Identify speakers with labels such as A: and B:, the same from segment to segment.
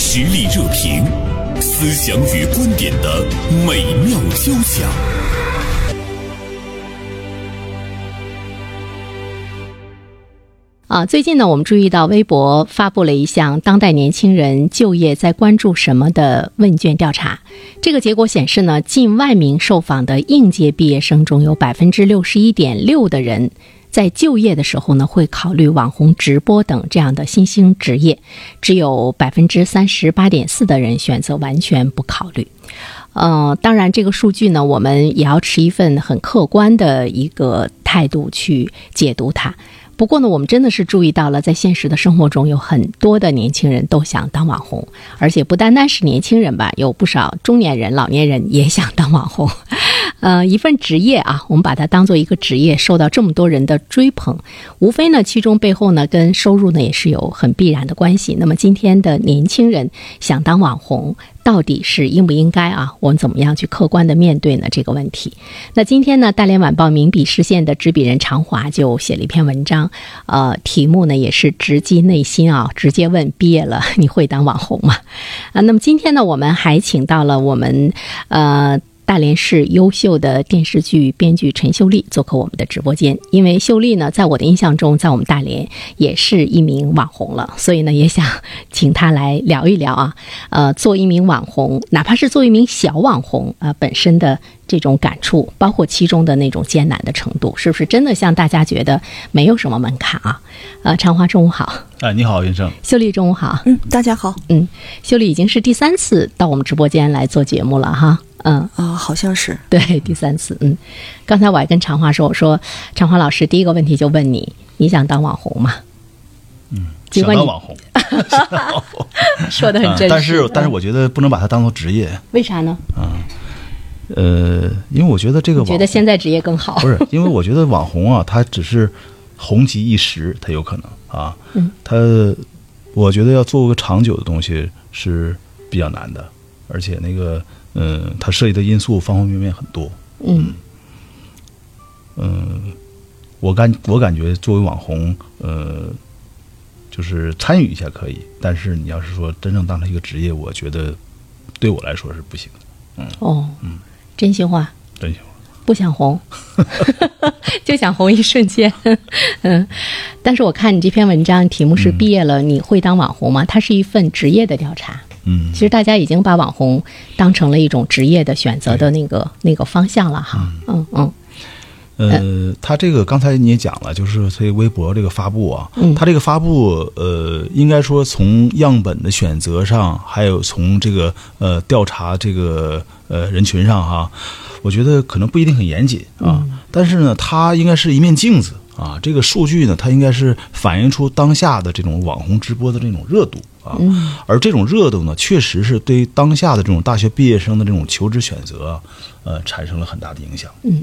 A: 实力热评，思想与观点的美妙交响。
B: 啊，最近呢，我们注意到微博发布了一项当代年轻人就业在关注什么的问卷调查。这个结果显示呢，近万名受访的应届毕业生中有百分之六十一点六的人在就业的时候呢，会考虑网红直播等这样的新兴职业，只有百分之三十八点四的人选择完全不考虑。呃，当然，这个数据呢，我们也要持一份很客观的一个态度去解读它。不过呢，我们真的是注意到了，在现实的生活中，有很多的年轻人都想当网红，而且不单单是年轻人吧，有不少中年人、老年人也想当网红。 呃，一份职业啊，我们把它当做一个职业，受到这么多人的追捧，无非呢，其中背后呢，跟收入呢也是有很必然的关系。那么今天的年轻人想当网红，到底是应不应该啊？我们怎么样去客观的面对呢这个问题？那今天呢，《大连晚报》名笔视线的执笔人常华就写了一篇文章，呃，题目呢也是直击内心啊，直接问毕业了你会当网红吗？ 啊，那么今天呢，我们还请到了我们呃。大连市优秀的电视剧编剧陈秀丽做客我们的直播间，因为秀丽呢，在我的印象中，在我们大连也是一名网红了，所以呢，也想请她来聊一聊啊，呃，做一名网红，哪怕是做一名小网红啊、呃，本身的这种感触，包括其中的那种艰难的程度，是不是真的像大家觉得没有什么门槛啊？呃，长华中午好，
C: 哎，你好，袁生，
B: 秀丽中午好，
D: 嗯，大家好，
B: 嗯，秀丽已经是第三次到我们直播间来做节目了哈。嗯
D: 啊、呃，好像是
B: 对第三次。嗯，刚才我还跟长华说，我说长华老师第一个问题就问你，你想当网红吗？
C: 嗯，想当网红，网
B: 红说的很真实。嗯、
C: 但是但是我觉得不能把它当做职业，
B: 为啥呢？
C: 啊、嗯，呃，因为我觉得这个
B: 觉得现在职业更好，
C: 不是？因为我觉得网红啊，他只是红极一时，他有可能啊，嗯，他我觉得要做个长久的东西是比较难的，而且那个。嗯，它涉及的因素方方面面很多。
B: 嗯，
C: 嗯，我感我感觉作为网红，呃，就是参与一下可以，但是你要是说真正当成一个职业，我觉得对我来说是不行的。嗯，
B: 哦，
C: 嗯，
B: 真心话，
C: 真心话，
B: 不想 红，就想红一瞬间。 嗯，但是我看你这篇文章题目是“毕业了、嗯、你会当网红吗？”它是一份职业的调查。
C: 嗯，
B: 其实大家已经把网红当成了一种职业的选择的那个那个方向了哈。嗯嗯。
C: 呃，他这个刚才你也讲了，就是所以微博这个发布啊，他、
B: 嗯、
C: 这个发布，呃，应该说从样本的选择上，还有从这个呃调查这个呃人群上哈，我觉得可能不一定很严谨啊，
B: 嗯、
C: 但是呢，它应该是一面镜子啊，这个数据呢，它应该是反映出当下的这种网红直播的这种热度。啊，而这种热度呢，确实是对于当下的这种大学毕业生的这种求职选择，呃，产生了很大的影响。
B: 嗯，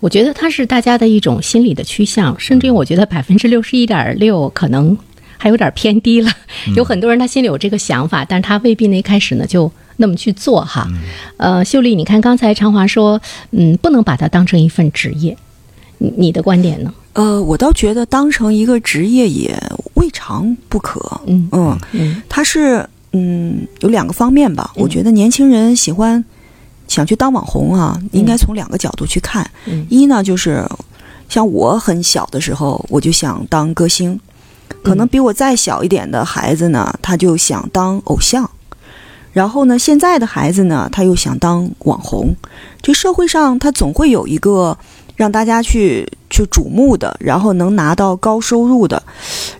B: 我觉得它是大家的一种心理的趋向，甚
D: 嗯
B: 至于我觉得百分之六十一点六可能还有点偏低了。
D: 嗯
B: 有很多人他心里有这个想法，但是他未必呢一开始呢就。那么去做哈。
D: 嗯
B: 呃，秀丽，你看刚才长华说，嗯，不能把它当成一份职业，你你的观点呢？
D: 呃，我倒觉得当成一个职业也未尝不可。
B: 嗯
D: 嗯
B: 嗯，
D: 它是嗯有两个方面吧。我觉得年轻人喜欢想去当网红啊，应该从两个角度去看。一呢，就是像我很小的时候，我就想当歌星，可能比我再小一点的孩子呢，他就想当偶像。然后呢，现在的孩子呢，他又想当网红。这社会上，他总会有一个。让大家去去瞩目的，然后能拿到高收入的，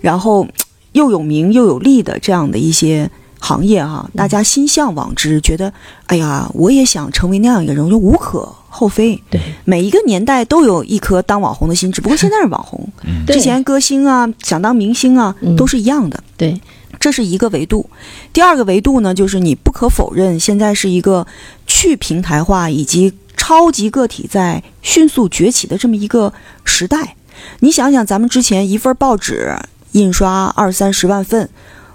D: 然后又有名又有利的这样的一些行业哈、啊，大家心向往之，觉得哎呀，我也想成为那样一个人，我说无可厚非。
B: 对，
D: 每一个年代都有一颗当网红的心，只不过现在是网红，嗯之前歌星啊，想当明星啊，都是一样的。
B: 对，
D: 这是一个维度。第二个维度呢，就是你不可否认，现在是一个去平台化以及。超级个体在迅速崛起的这么一个时代，你想想，咱们之前一份报纸印刷二三十万份，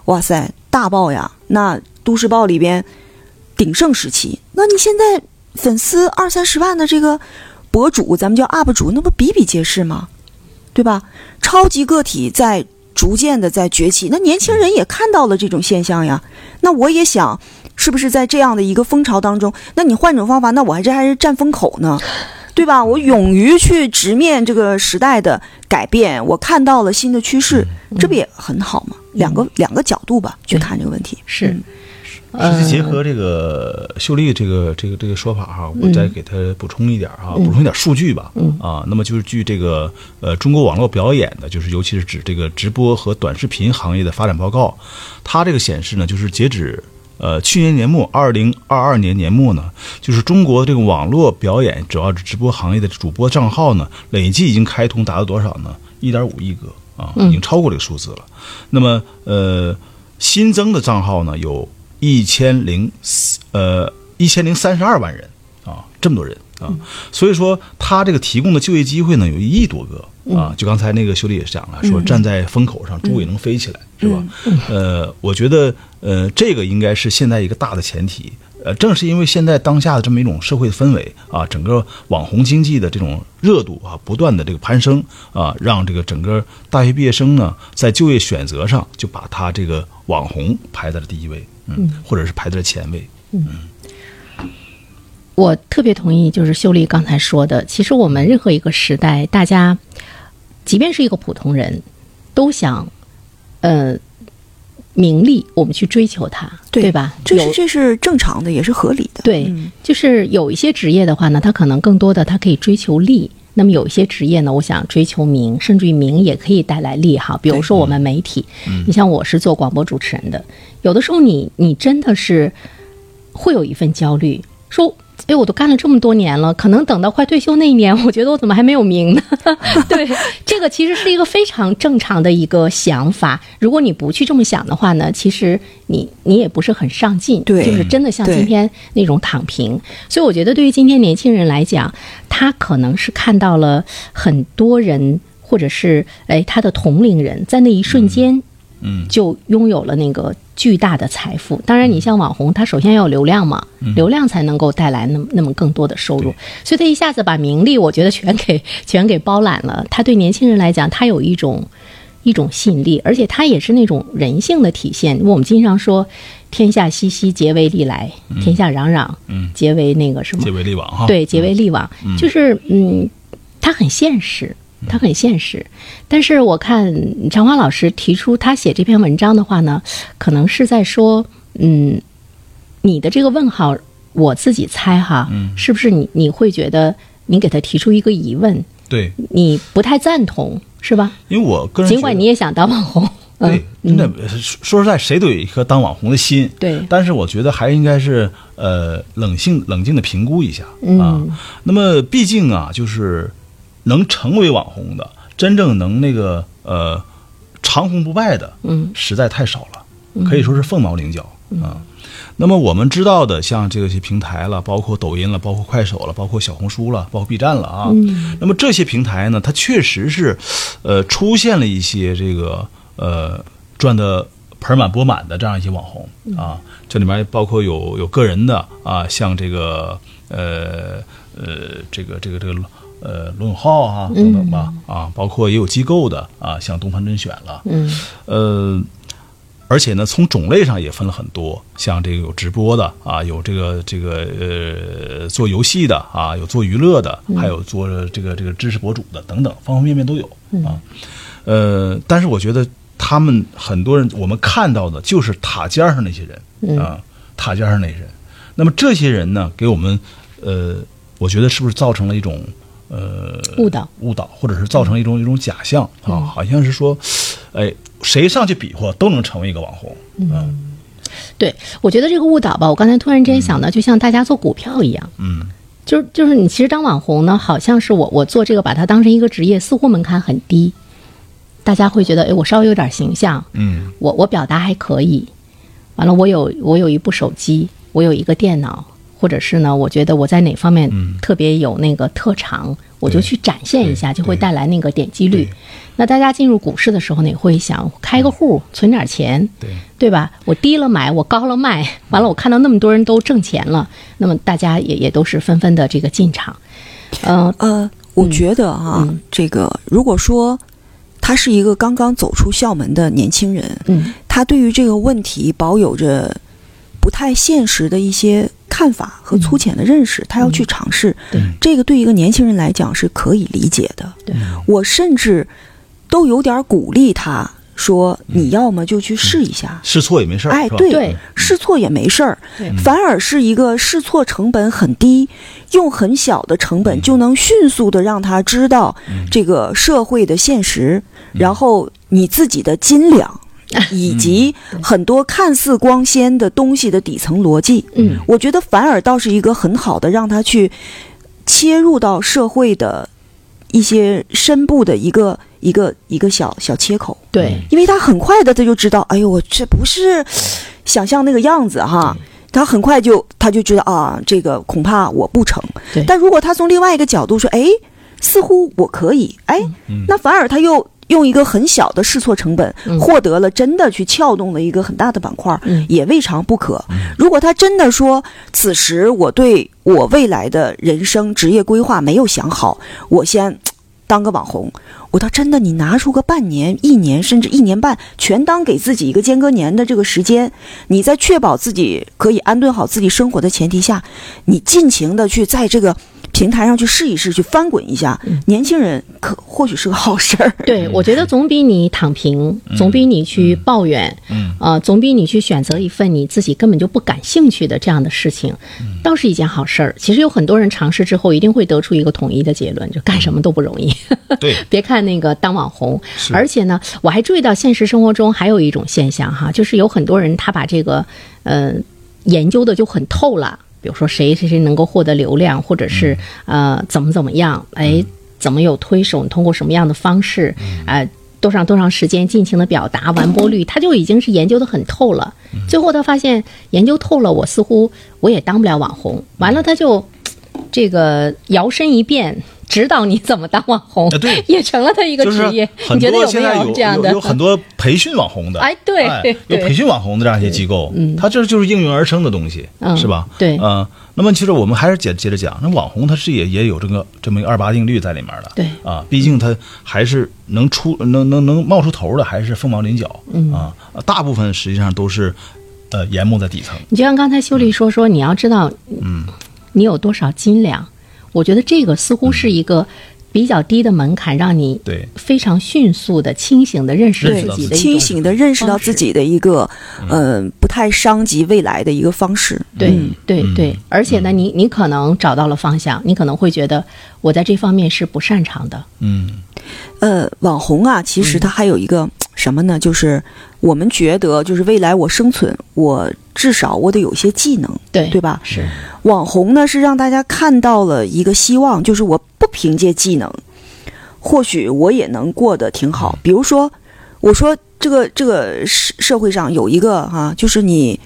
D: 哇塞，大报呀！那《都市报》里边鼎盛时期，那你现在粉丝二三十万的这个博主，咱们叫 UP 主，那不比比皆是吗？对吧？超级个体在。逐渐的在崛起。那年轻人也看到了这种现象呀，那我也想，是不是在这样的一个风潮当中，那你换种方法，那我还这还是占风口呢，对吧？我勇于去直面这个时代的改变，我看到了新的趋势，
B: 嗯
D: 这不也很好吗？两个两个角度吧，去看这个问题。
B: 是，
C: 实际结合这个秀丽这个这个这个说法哈，我再给它补充一点哈，补充一点数据吧。啊，那么就是据这个呃中国网络表演的，就是尤其是指这个直播和短视频行业的发展报告，它这个显示呢，就是截止呃去年年末，二零二二年年末呢，就是中国这个网络表演主要是直播行业的主播账号呢，累计已经开通达到多少呢？一点五亿个啊，已经超过这个数字了。那么呃新增的账号呢有。一千零呃一千零三十二万人啊，这么多人啊，所以说他这个提供的就业机会呢有一亿多
B: 嗯
C: 个啊，就刚才那个修丽也讲了，说站在风口上，猪也能飞起来，是吧？
B: 嗯
C: 呃，我觉得呃这个应该是现在一个大的前提。呃，正是因为现在当下的这么一种社会氛围啊，整个网红经济的这种热度啊，不断的这个攀升啊，让这个整个大学毕业生呢，在就业选择上就把他这个网红排在了第一位，嗯，或者是排在了前位。
B: 我特别同意，就是秀丽刚才说的，其实我们任何一个时代，大家即便是一个普通人，都想呃名利，我们去追求它，对吧？
D: 这
B: 有
D: 是这是正常的，也是合理的。嗯
B: 对，就是有一些职业的话呢，他可能更多的他可以追求利。那么有一些职业呢，我想追求名，甚至于名也可以带来利哈。比如说我们媒体，
D: 嗯
B: 你像我是做广播主持人的，有的时候你你真的是会有一份焦虑，说。哎，我都干了这么多年了，可能等到快退休那一年，我觉得我怎么还没有名 呢？对，这个其实是一个非常正常的一个想法。如果你不去这么想的话呢，其实你你也不是很上进，
D: 对
B: 就是真的像
D: 对
B: 今天那种躺平。所以我觉得，对于今天年轻人来讲，他可能是看到了很多人，或者是哎他的同龄人，在那一瞬间。就拥有了那个巨大的财富。当然，你像网红，他首先要有流量嘛，流量才能够带来那么那么更多的收入。所以他一下子把名利，我觉得全给全给包揽了。他对年轻人来讲，他有一种一种吸引力，而且他也是那种人性的体现。我们经常说“天下熙熙，皆为利来；天下攘攘，皆为那个什么
C: 结为利网哈，
B: 对，结为利网，就是嗯，他很现实，他很现实。但是我看常华老师提出他写这篇文章的话呢，可能是在说，嗯，你的这个问号，我自己猜哈，是不是你你会觉得你给他提出一个疑问，
C: 对，
B: 你不太赞同是吧？
C: 因为我个人
B: 尽
C: 觉
B: 管
C: 得
B: 你也想当网红，嗯
C: 对，真的呃说说实在，谁都有一颗当网红的心。
B: 对
C: 但是我觉得还应该是呃冷静冷静的评估一下
B: 嗯
C: 啊。那么毕竟啊，就是能成为网红的，真正能那个呃长红不败的，
B: 嗯，
C: 实在太少了，可以说是凤毛麟角啊。那么我们知道的，像这些平台了，包括抖音了，包括快手了，包括小红书了，包括 B 站了啊。那么这些平台呢，它确实是，呃，出现了一些这个呃赚的盆满钵满的这样一些网红啊。这里面包括有有个人的啊，像这个呃呃这个这个这个呃罗永浩啊等等吧、啊，包括也有机构的啊，像东方甄选了，嗯，呃。而且呢，从种类上也分了很多，像这个有直播的啊，有这个这个呃做游戏的啊，有做娱乐的，还有做这个这个知识博主的等等，方方面面都有啊。呃，但是我觉得他们很多人，我们看到的就是塔尖上那些人啊，塔尖上那些人。那么这些人呢，给我们呃，我觉得是不是造成了一种呃
B: 误导
C: 误导，或者是造成一种一种假象啊，
B: 嗯
C: 好像是说，哎，谁上去比划都能成为一个网红，嗯，
B: 对，我觉得这个误导吧，我刚才突然之间想到，就像大家做股票一样，
C: 嗯，
B: 就是就是你其实当网红呢，好像是我我做这个把它当成一个职业，似乎门槛很低，大家会觉得哎，我稍微有点形象，
C: 嗯，
B: 我我表达还可以，完了我有我有一部手机，我有一个电脑，或者是呢，我觉得我在哪方面
C: 嗯
B: 特别有那个特长，我就去展现一下，
C: 对
B: 就会
C: 对
B: 带来那个点击率
C: 对。
B: 那大家进入股市的时候呢，也会想开个户，存点钱，
C: 对，
B: 对吧？我低了买，我高了卖，完了我看到那么多人都挣钱了，那么大家也也都是纷纷的这个进场，嗯、
D: 啊
B: 嗯
D: 呃，我觉得哈、这个如果说他是一个刚刚走出校门的年轻人，
B: 嗯
D: 他对于这个问题保有着不太现实的一些看法和粗浅的认识，他要去尝试。
B: 对
D: 这个对一个年轻人来讲是可以理解的。
B: 对
D: 我甚至都有点鼓励他说：“你要么就去试一下，
C: 试错也没事儿，
D: 哎
C: 是吧？嗯
D: 对
B: 对
D: 试错也没事儿
B: 对，
D: 反而是一个试错成本很低，用很小的成
C: 嗯
D: 本就能迅速的让他知道这个社会的现实，
C: 嗯
D: 然后你自己的斤两。
B: 嗯
D: 以及很多看似光鲜的东西的底层逻辑，
B: 嗯，
D: 我觉得反而倒是一个很好的让他去切入到社会的一些深部的一个一个一个小小切口。
B: 对，
D: 因为他很快的他就知道，哎呦，我这不
B: 嗯
D: 是想象那个样子哈。他很快就他就知道啊，这个恐怕我不成
B: 对。
D: 但如果他从另外一个角度说，哎，似乎我可以，哎，那反而他又用一个很小的试错成本，
B: 嗯
D: 获得了真的去撬动了一个很大的板块，
B: 嗯
D: 也未尝不可。如果他真的说，此时我对我未来的人生职业规划没有想好，我先当个网红，我倒真的，你拿出个半年、一年，甚至一年半，全当给自己一个间隔年的这个时间，你在确保自己可以安顿好自己生活的前提下，你尽情的去在这个平台上去试一试，去翻滚一下。年轻人可或许是个好事儿。
B: 对，我觉得总比你躺平，总比你去抱怨，嗯，呃，总比你去选择一份你自己根本就不感兴趣的这样的事情，倒是一件好事儿。其实有很多人尝试之后，一定会得出一个统一的结论，就干什么都不容易。
C: 对，哎
B: 别看那个当网红，而且呢，我还注意到现实生活中还有一种现象哈，就是有很多人他把这个呃研究的就很透了，比如说谁谁谁能够获得流量，或者是、呃怎么怎么样，哎，怎么有推手，通过什么样的方式，哎、多长多长时间尽情的表达完播率，他就已经是研究的很透了。最后他发现研究透了，我似乎我也当不了网红。完了他就这个摇身一变，指导你怎么当网红，
C: 啊对
B: 也成了他一个
C: 就是
B: 职业。
C: 很
B: 你觉得
C: 多
B: 有
C: 现
B: 没
C: 在
B: 有这样
C: 有
B: 的？
C: 有很多培训网红的，
B: 哎对 对
C: 有培训网红的这样一些机构，它这就是应运而生的东西，
B: 嗯
C: 是吧？
B: 对
C: 嗯，那么其实我们还是接接着讲，那网红他是也也有这个这么一个二八定律在里面的，
B: 对
C: 啊，毕竟他还是能出能能能冒出头的，还是凤毛麟角
B: 嗯
C: 啊，大部分实际上都是呃淹没在底层，
B: 你就像刚才修丽说说，你要知道，嗯，你有多少斤两？我觉得这个似乎是一个比较低的门槛，让你
C: 嗯对
B: 非常迅速的、清醒的认识
C: 认识
B: 自
C: 到
B: 己
C: 自
B: 的一
D: 清
B: 种
D: 醒的认识到自己的一个，嗯、不太伤及未来的一个方式。
B: 对对
C: 嗯
B: 对，而且呢，你你可能找到了方向，你可能会觉得我在这方面是不擅长的。
C: 嗯，
D: 呃，网红啊，其实它还有一个、什么呢？就是我们觉得，就是未来我生存，我至少我得有一些技能，
B: 对
D: 对吧？
B: 是，
D: 网红呢是让大家看到了一个希望，就是我不凭借技能，或许我也能过得挺
B: 嗯
D: 好。比如说，我说这个这个社社会上有一个哈、啊，就是你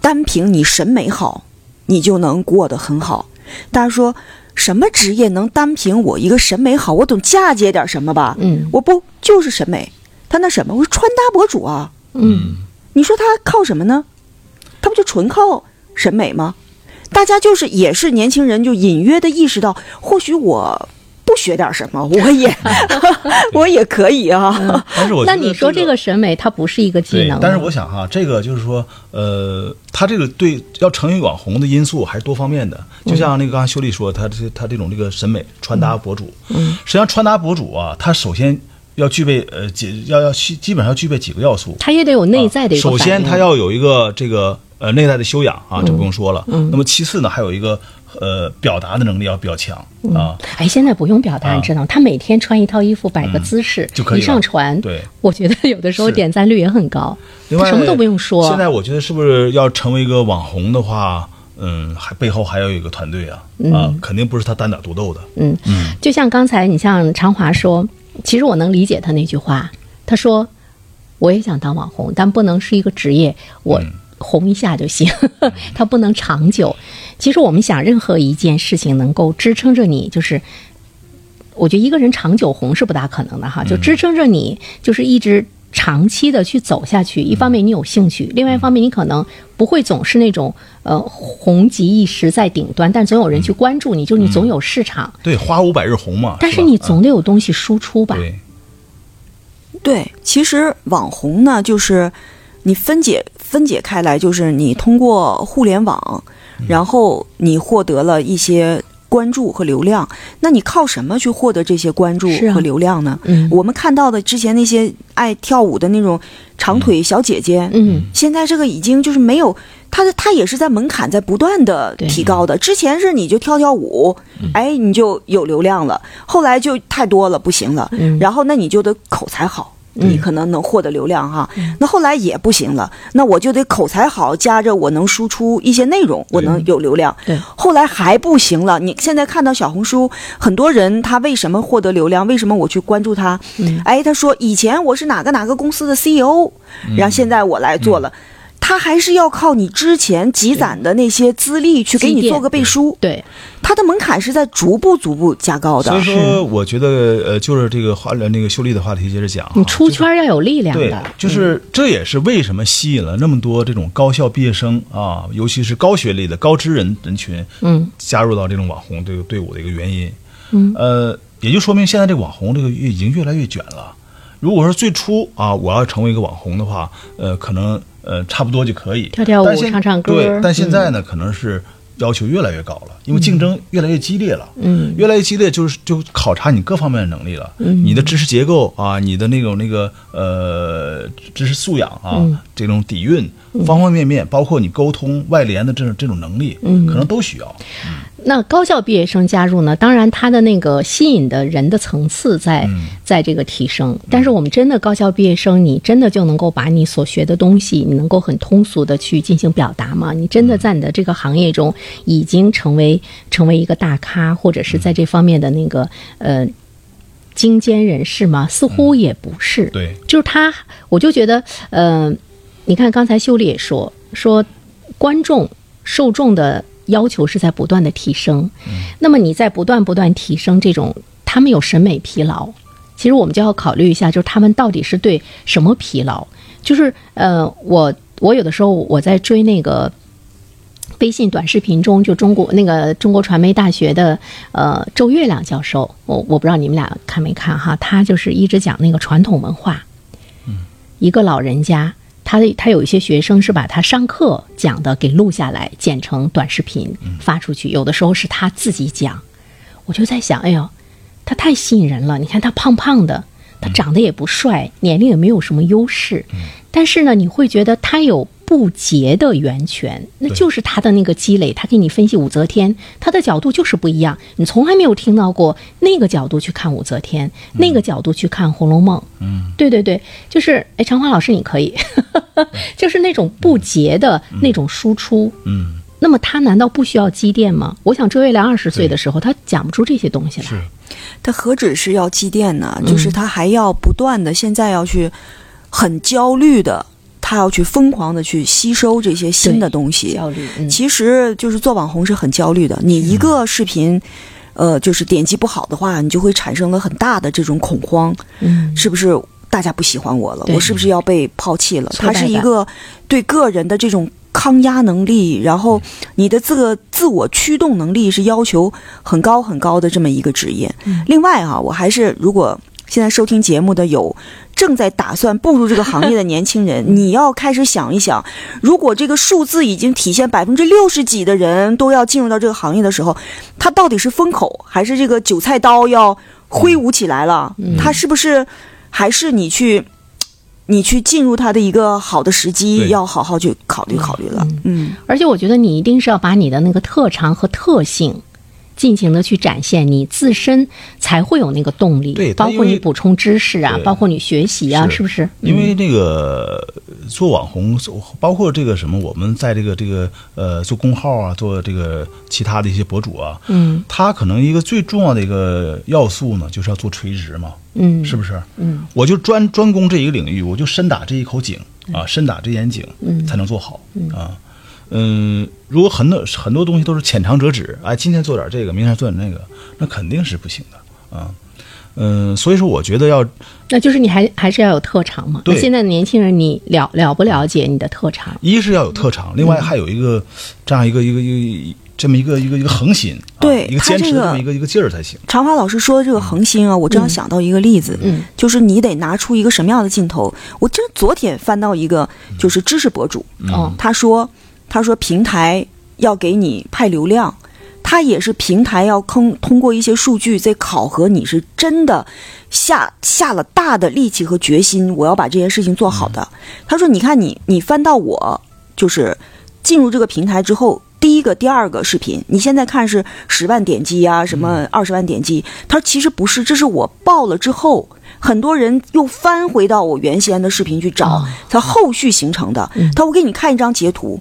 D: 单凭你审美好，你就能过得很好。大家说什么职业能单凭我一个审美好？我总嫁接点什么吧？
B: 嗯
D: 我不就是审美？他那什么？我说穿搭博主啊，
B: 嗯，
D: 你说他靠什么呢？他不就纯靠审美吗？大家就是也是年轻人，就隐约的意识到，或许我不学点什么，我也 我也可以
B: 嗯
D: 啊。
C: 但是我觉
B: 那
C: 得
B: 你说这个审美它不是一个技
C: 对
B: 能，，
C: 但是我想哈，这个就是说，呃，他这个对要成为网红的因素还是多方面的。
B: 嗯
C: 就像那个刚才修丽说，他这他这种这个审美穿搭博主，嗯，实际上穿搭博主啊，他首先要具备呃几要要基基本上要具备几个要素，
B: 它也得有内在的一个
C: 啊首
B: 反应。嗯
C: 先，他要有一个这个呃内在的修养啊，这不用说了。那么其次呢，还有一个呃表达的能力要比较强啊。
B: 哎，现在不用表达，你知道吗？他每天穿一套衣服，摆个姿势
C: 嗯就可以
B: 一
C: 了
B: 上传，
C: 对，
B: 我觉得有的时候
C: 是
B: 点赞率也很高，
C: 另外，
B: 什么都不用说。
C: 现在我觉得是不是要成为一个网红的话，嗯，还背后还要有一个团队啊，啊，肯定不是他单打独斗的。
B: 嗯，就像刚才你像常华说，其实我能理解他那句话，他说我也想当网红，但不能是一个职业，我红一下就行， 它不能长久。其实我们想，任何一件事情能够支撑着你，就是。我觉得一个人长久红是不大可能的哈，就支撑着你，就是一直长期的去走下去。一方面你有兴趣，另外一方面你可能不会总是那种呃红极一时在顶端，但总有人去关注你，就是你总有市场。
C: 对，花无百日红嘛。
B: 但是
C: 吧啊
B: 你总得有东西输出吧？
C: 对
D: 对，其实网红呢，就是你分解分解开来，就是你通过互联网，然后你获得了一些关注和流量。那你靠什么去获得这些关注
B: 是啊
D: 和流量呢？
B: 嗯
D: 我们看到的之前那些爱跳舞的那种长腿小姐姐，
B: 嗯
D: 现在这个已经就是没有，它的它也是在门槛在不断的
B: 对嗯
D: 提高的。之前是你就跳跳舞，哎，你就有流量了，后来就太多了，不行了。
B: 嗯
D: 然后那你就得口才好，你可能能获得流量哈。
B: 嗯
D: 那后来也不行了，那我就得口才好，加着我能输出一些内容，我能有流量。
B: 对
D: 后来还不行了，你现在看到小红书，很多人他为什么获得流量？为什么我去关注他？
B: 嗯
D: 哎，他说以前我是哪个哪个公司的 CEO，然后
B: 嗯
D: 现在我来做了。他还是要靠你之前积攒的那些资历去给
B: 积
D: 你
B: 淀
D: 做个背书，
B: 对，
D: 他的门槛是在逐步逐步加高的
C: 所以。说，我觉得呃，就是这个话，呃那个秀丽的话题接着讲啊，
B: 你出
C: 就是
B: 圈要有力量
C: 对
B: 的，，嗯
C: 就是这也是为什么吸引了那么多这种高校毕业生啊，尤其是高学历的高知人人群，
B: 嗯，
C: 加入到这种网红这个队伍的一个原因。嗯，呃，也就说明现在这个网红这个越已经越来越卷了。如果说最初啊，我要成为一个网红的话，呃，可能呃差不多就可以
B: 跳跳舞
C: 但现
B: 唱唱歌嗯
C: 对，但现在呢，可能是要求越来越高了，因为竞争越来越激烈了。
B: 嗯，
C: 越来越激烈，就是就考察你各方面的能力了，你的知识结构啊，你的那种那个呃知识素养啊，
B: 嗯
C: 这种底蕴，方方面面，包括你沟通外联的这种这种能力，
B: 嗯
C: 可能都需要。
B: 那高校毕业生加入呢，当然他的那个吸引的人的层次在、在这个提升。但是我们真的高校毕业生，你真的就能够把你所学的东西，你能够很通俗的去进行表达吗？你真的在你的这个行业中已经成为成为一个大咖，或者是在这方面的那个呃精尖人士吗？似乎也不是。
C: 对，
B: 就是他，我就觉得，嗯、你看刚才秀丽也说说，观众受众的要求是在不断的提升，那么你在不断不断提升这种，他们有审美疲劳，其实我们就要考虑一下，就是他们到底是对什么疲劳，就是呃，我我有的时候我在追那个。微信短视频中，就中国那个中国传媒大学的呃周月亮教授，我我不知道你们俩看没看哈，他就是一直讲那个传统文化，一个老人家，他的他有一些学生是把他上课讲的给录下来，剪成短视频发出去，有的时候是他自己讲，我就在想，哎呦，他太吸引人了，你看他胖胖的，他长得也不帅，年龄也没有什么优势，但是呢，你会觉得他有。不竭的源泉，那就是他的那个积累。他给你分析武则天，他的角度就是不一样。你从来没有听到过那个角度去看武则天，那个角度去看《红楼梦》。对对对，就是哎，长华老师你可以， 就是那种不竭的那种输出。
C: 嗯，
B: 那么他难道不需要积淀吗？我想周月亮二十岁的时候，他讲不出这些东西来。
D: 它何止是要积淀呢？
B: 嗯
D: 就是它还要不断的，现在要去很焦虑的，他要去疯狂的去吸收这些新的东西。
B: 焦虑，嗯，
D: 其实就是做网红是很焦虑的，你一个视频。
B: 嗯
D: 呃，就是点击不好的话，你就会产生了很大的这种恐慌，
B: 嗯
D: 是不是大家不喜欢我了？
B: 对
D: 我是不是要被抛弃了？
B: 挫败
D: 它
B: 感
D: 是一个对个人的这种抗压能力，然
B: 嗯
D: 后你的这个自我驱动能力是要求很高很高的这么一个职业。
B: 嗯
D: 另外啊，我还是如果现在收听节目的有正在打算步入这个行业的年轻 人，你要开始想一想，如果这个数字已经体现百分之六十几的人都要进入到这个行业的时候，他到底是风口还是这个韭菜刀要挥舞起来了？
B: 嗯
D: 他是不是还是你去？你去进入他的一个好的时机，
C: 对
D: 要好好去考虑考虑了。嗯，
B: 而且我觉得你一定是要把你的那个特长和特性。尽情的去展现你自身，才会有那个动力。
C: 对他
B: 包
C: 因
B: 括
C: 为
B: 你补充知识啊，
C: 对
B: 包括你学习啊，
C: 是
B: 是不是？
C: 因为这个呃做网红，做包括这个什么，我们在这个这个呃做公号啊，做这个其他的一些博主啊，
B: 嗯，
C: 他可能一个最重要的一个要素呢，就是要做垂直嘛，
B: 嗯，
C: 是不是？嗯，我就专专攻这一个领域，我就深打这一口井啊，深打这眼井，嗯，才能做好啊。嗯，如果很多很多东西都是浅尝辄止，哎，今天做点这个，明天做点那个，那肯定是不行的啊。嗯，所以说我觉得要
B: 那就是你还还是要有特长嘛。
C: 对
B: 那现在的年轻人，你了了不了解你的特长？
C: 一是要有特长，另外还有一个这样一个一个一个这么一个一个一个恒心，啊
D: 对
C: 一个
D: 他
C: 坚
D: 这
C: 持这
D: 个
C: 么一个一个劲儿才行。
D: 长发老师说的这个恒心啊，我正好想到一个例子，
B: 嗯
D: 就是你得拿出一个什么样的镜头。我真昨天翻到一个，就是知识博主，
C: 嗯
B: 哦，
D: 他说，他说平台要给你派流量，他也是平台要坑通过一些数据在考核你是真的下下了大的力气和决心，我要把这件事情做好的。他说，你看你你翻到我就是进入这个平台之后。第一个、第二个视频，你现在看是十万点击啊，什么二十万点击？他说其实不是，这是我爆了之后，很多人又翻回到我原先的视频去找
B: 哦，
D: 它后续形成的。他说我给你看一张截图，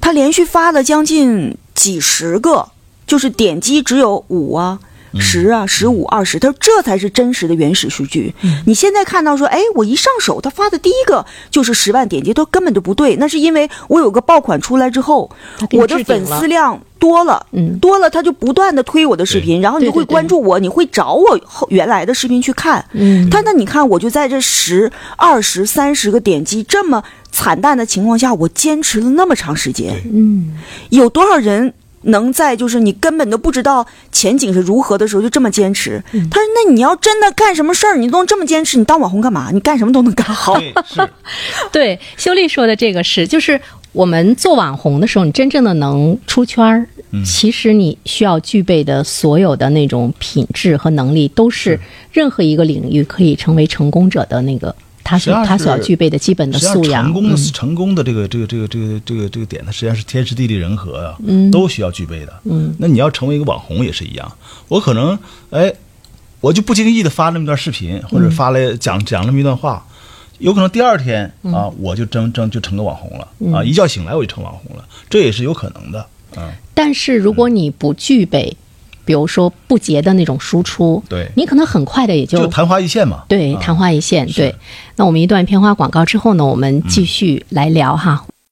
D: 他连续发了将近几十个，就是点击只有五啊。
B: 嗯
D: 十啊，十五、二十，他说这才是真实的原始数据。
B: 嗯
D: 你现在看到说，哎，我一上手，他发的第一个就是十万点击，都根本就不对。那是因为我有个爆款出来之后，
B: 它给你
D: 我的
B: 置顶
D: 粉
B: 了
D: 丝量多了，
B: 嗯
D: 多了，他就不断的推我的视频，然后你
B: 对对
D: 会
B: 对
D: 关注我，你会找我后原来的视频去看。
B: 嗯
D: 他那你看，我就在这十、二十、三十个点击这么惨淡的情况下，我坚持了那么长时间
C: 对，
B: 嗯，
D: 有多少人能在就是你根本都不知道前景是如何的时候就这么坚持？
B: 嗯
D: 他说：“那你要真的干什么事儿，你都能这么坚持，你当网红干嘛？你干什么都能干好。
C: 对，是
B: 对，修丽说的这个是，就是我们做网红的时候，你真正的能出圈儿，
C: 嗯
B: 其实你需要具备的所有的那种品质和能力，都是任何一个领域可以成为成功者的那个他所
C: 实际上
B: 他所要
C: 是
B: 具备的基本的
C: 实际
B: 素
C: 上
B: 养嗯
C: 成。功的成功的这个这个这个这个这个这个点，它实际上是天时地利人和啊，嗯，都需要具备的。嗯，那你要成为一个网红也是一样，我可能哎，我就不经意的发那么一段视频，或者发了讲讲那么一段话。有可能第二天啊，我就真真就成个网红了啊！一觉醒来我就成网红了，这也是有可能的。啊，
B: 但是如果你不具备，比如说不竭的那种输出，
C: 对
B: 你可能很快的也
C: 就昙花一现嘛。
B: 对，
C: 啊嗯
B: 昙花一现。对，那我们一段片花广告之后呢，我们继续来聊哈。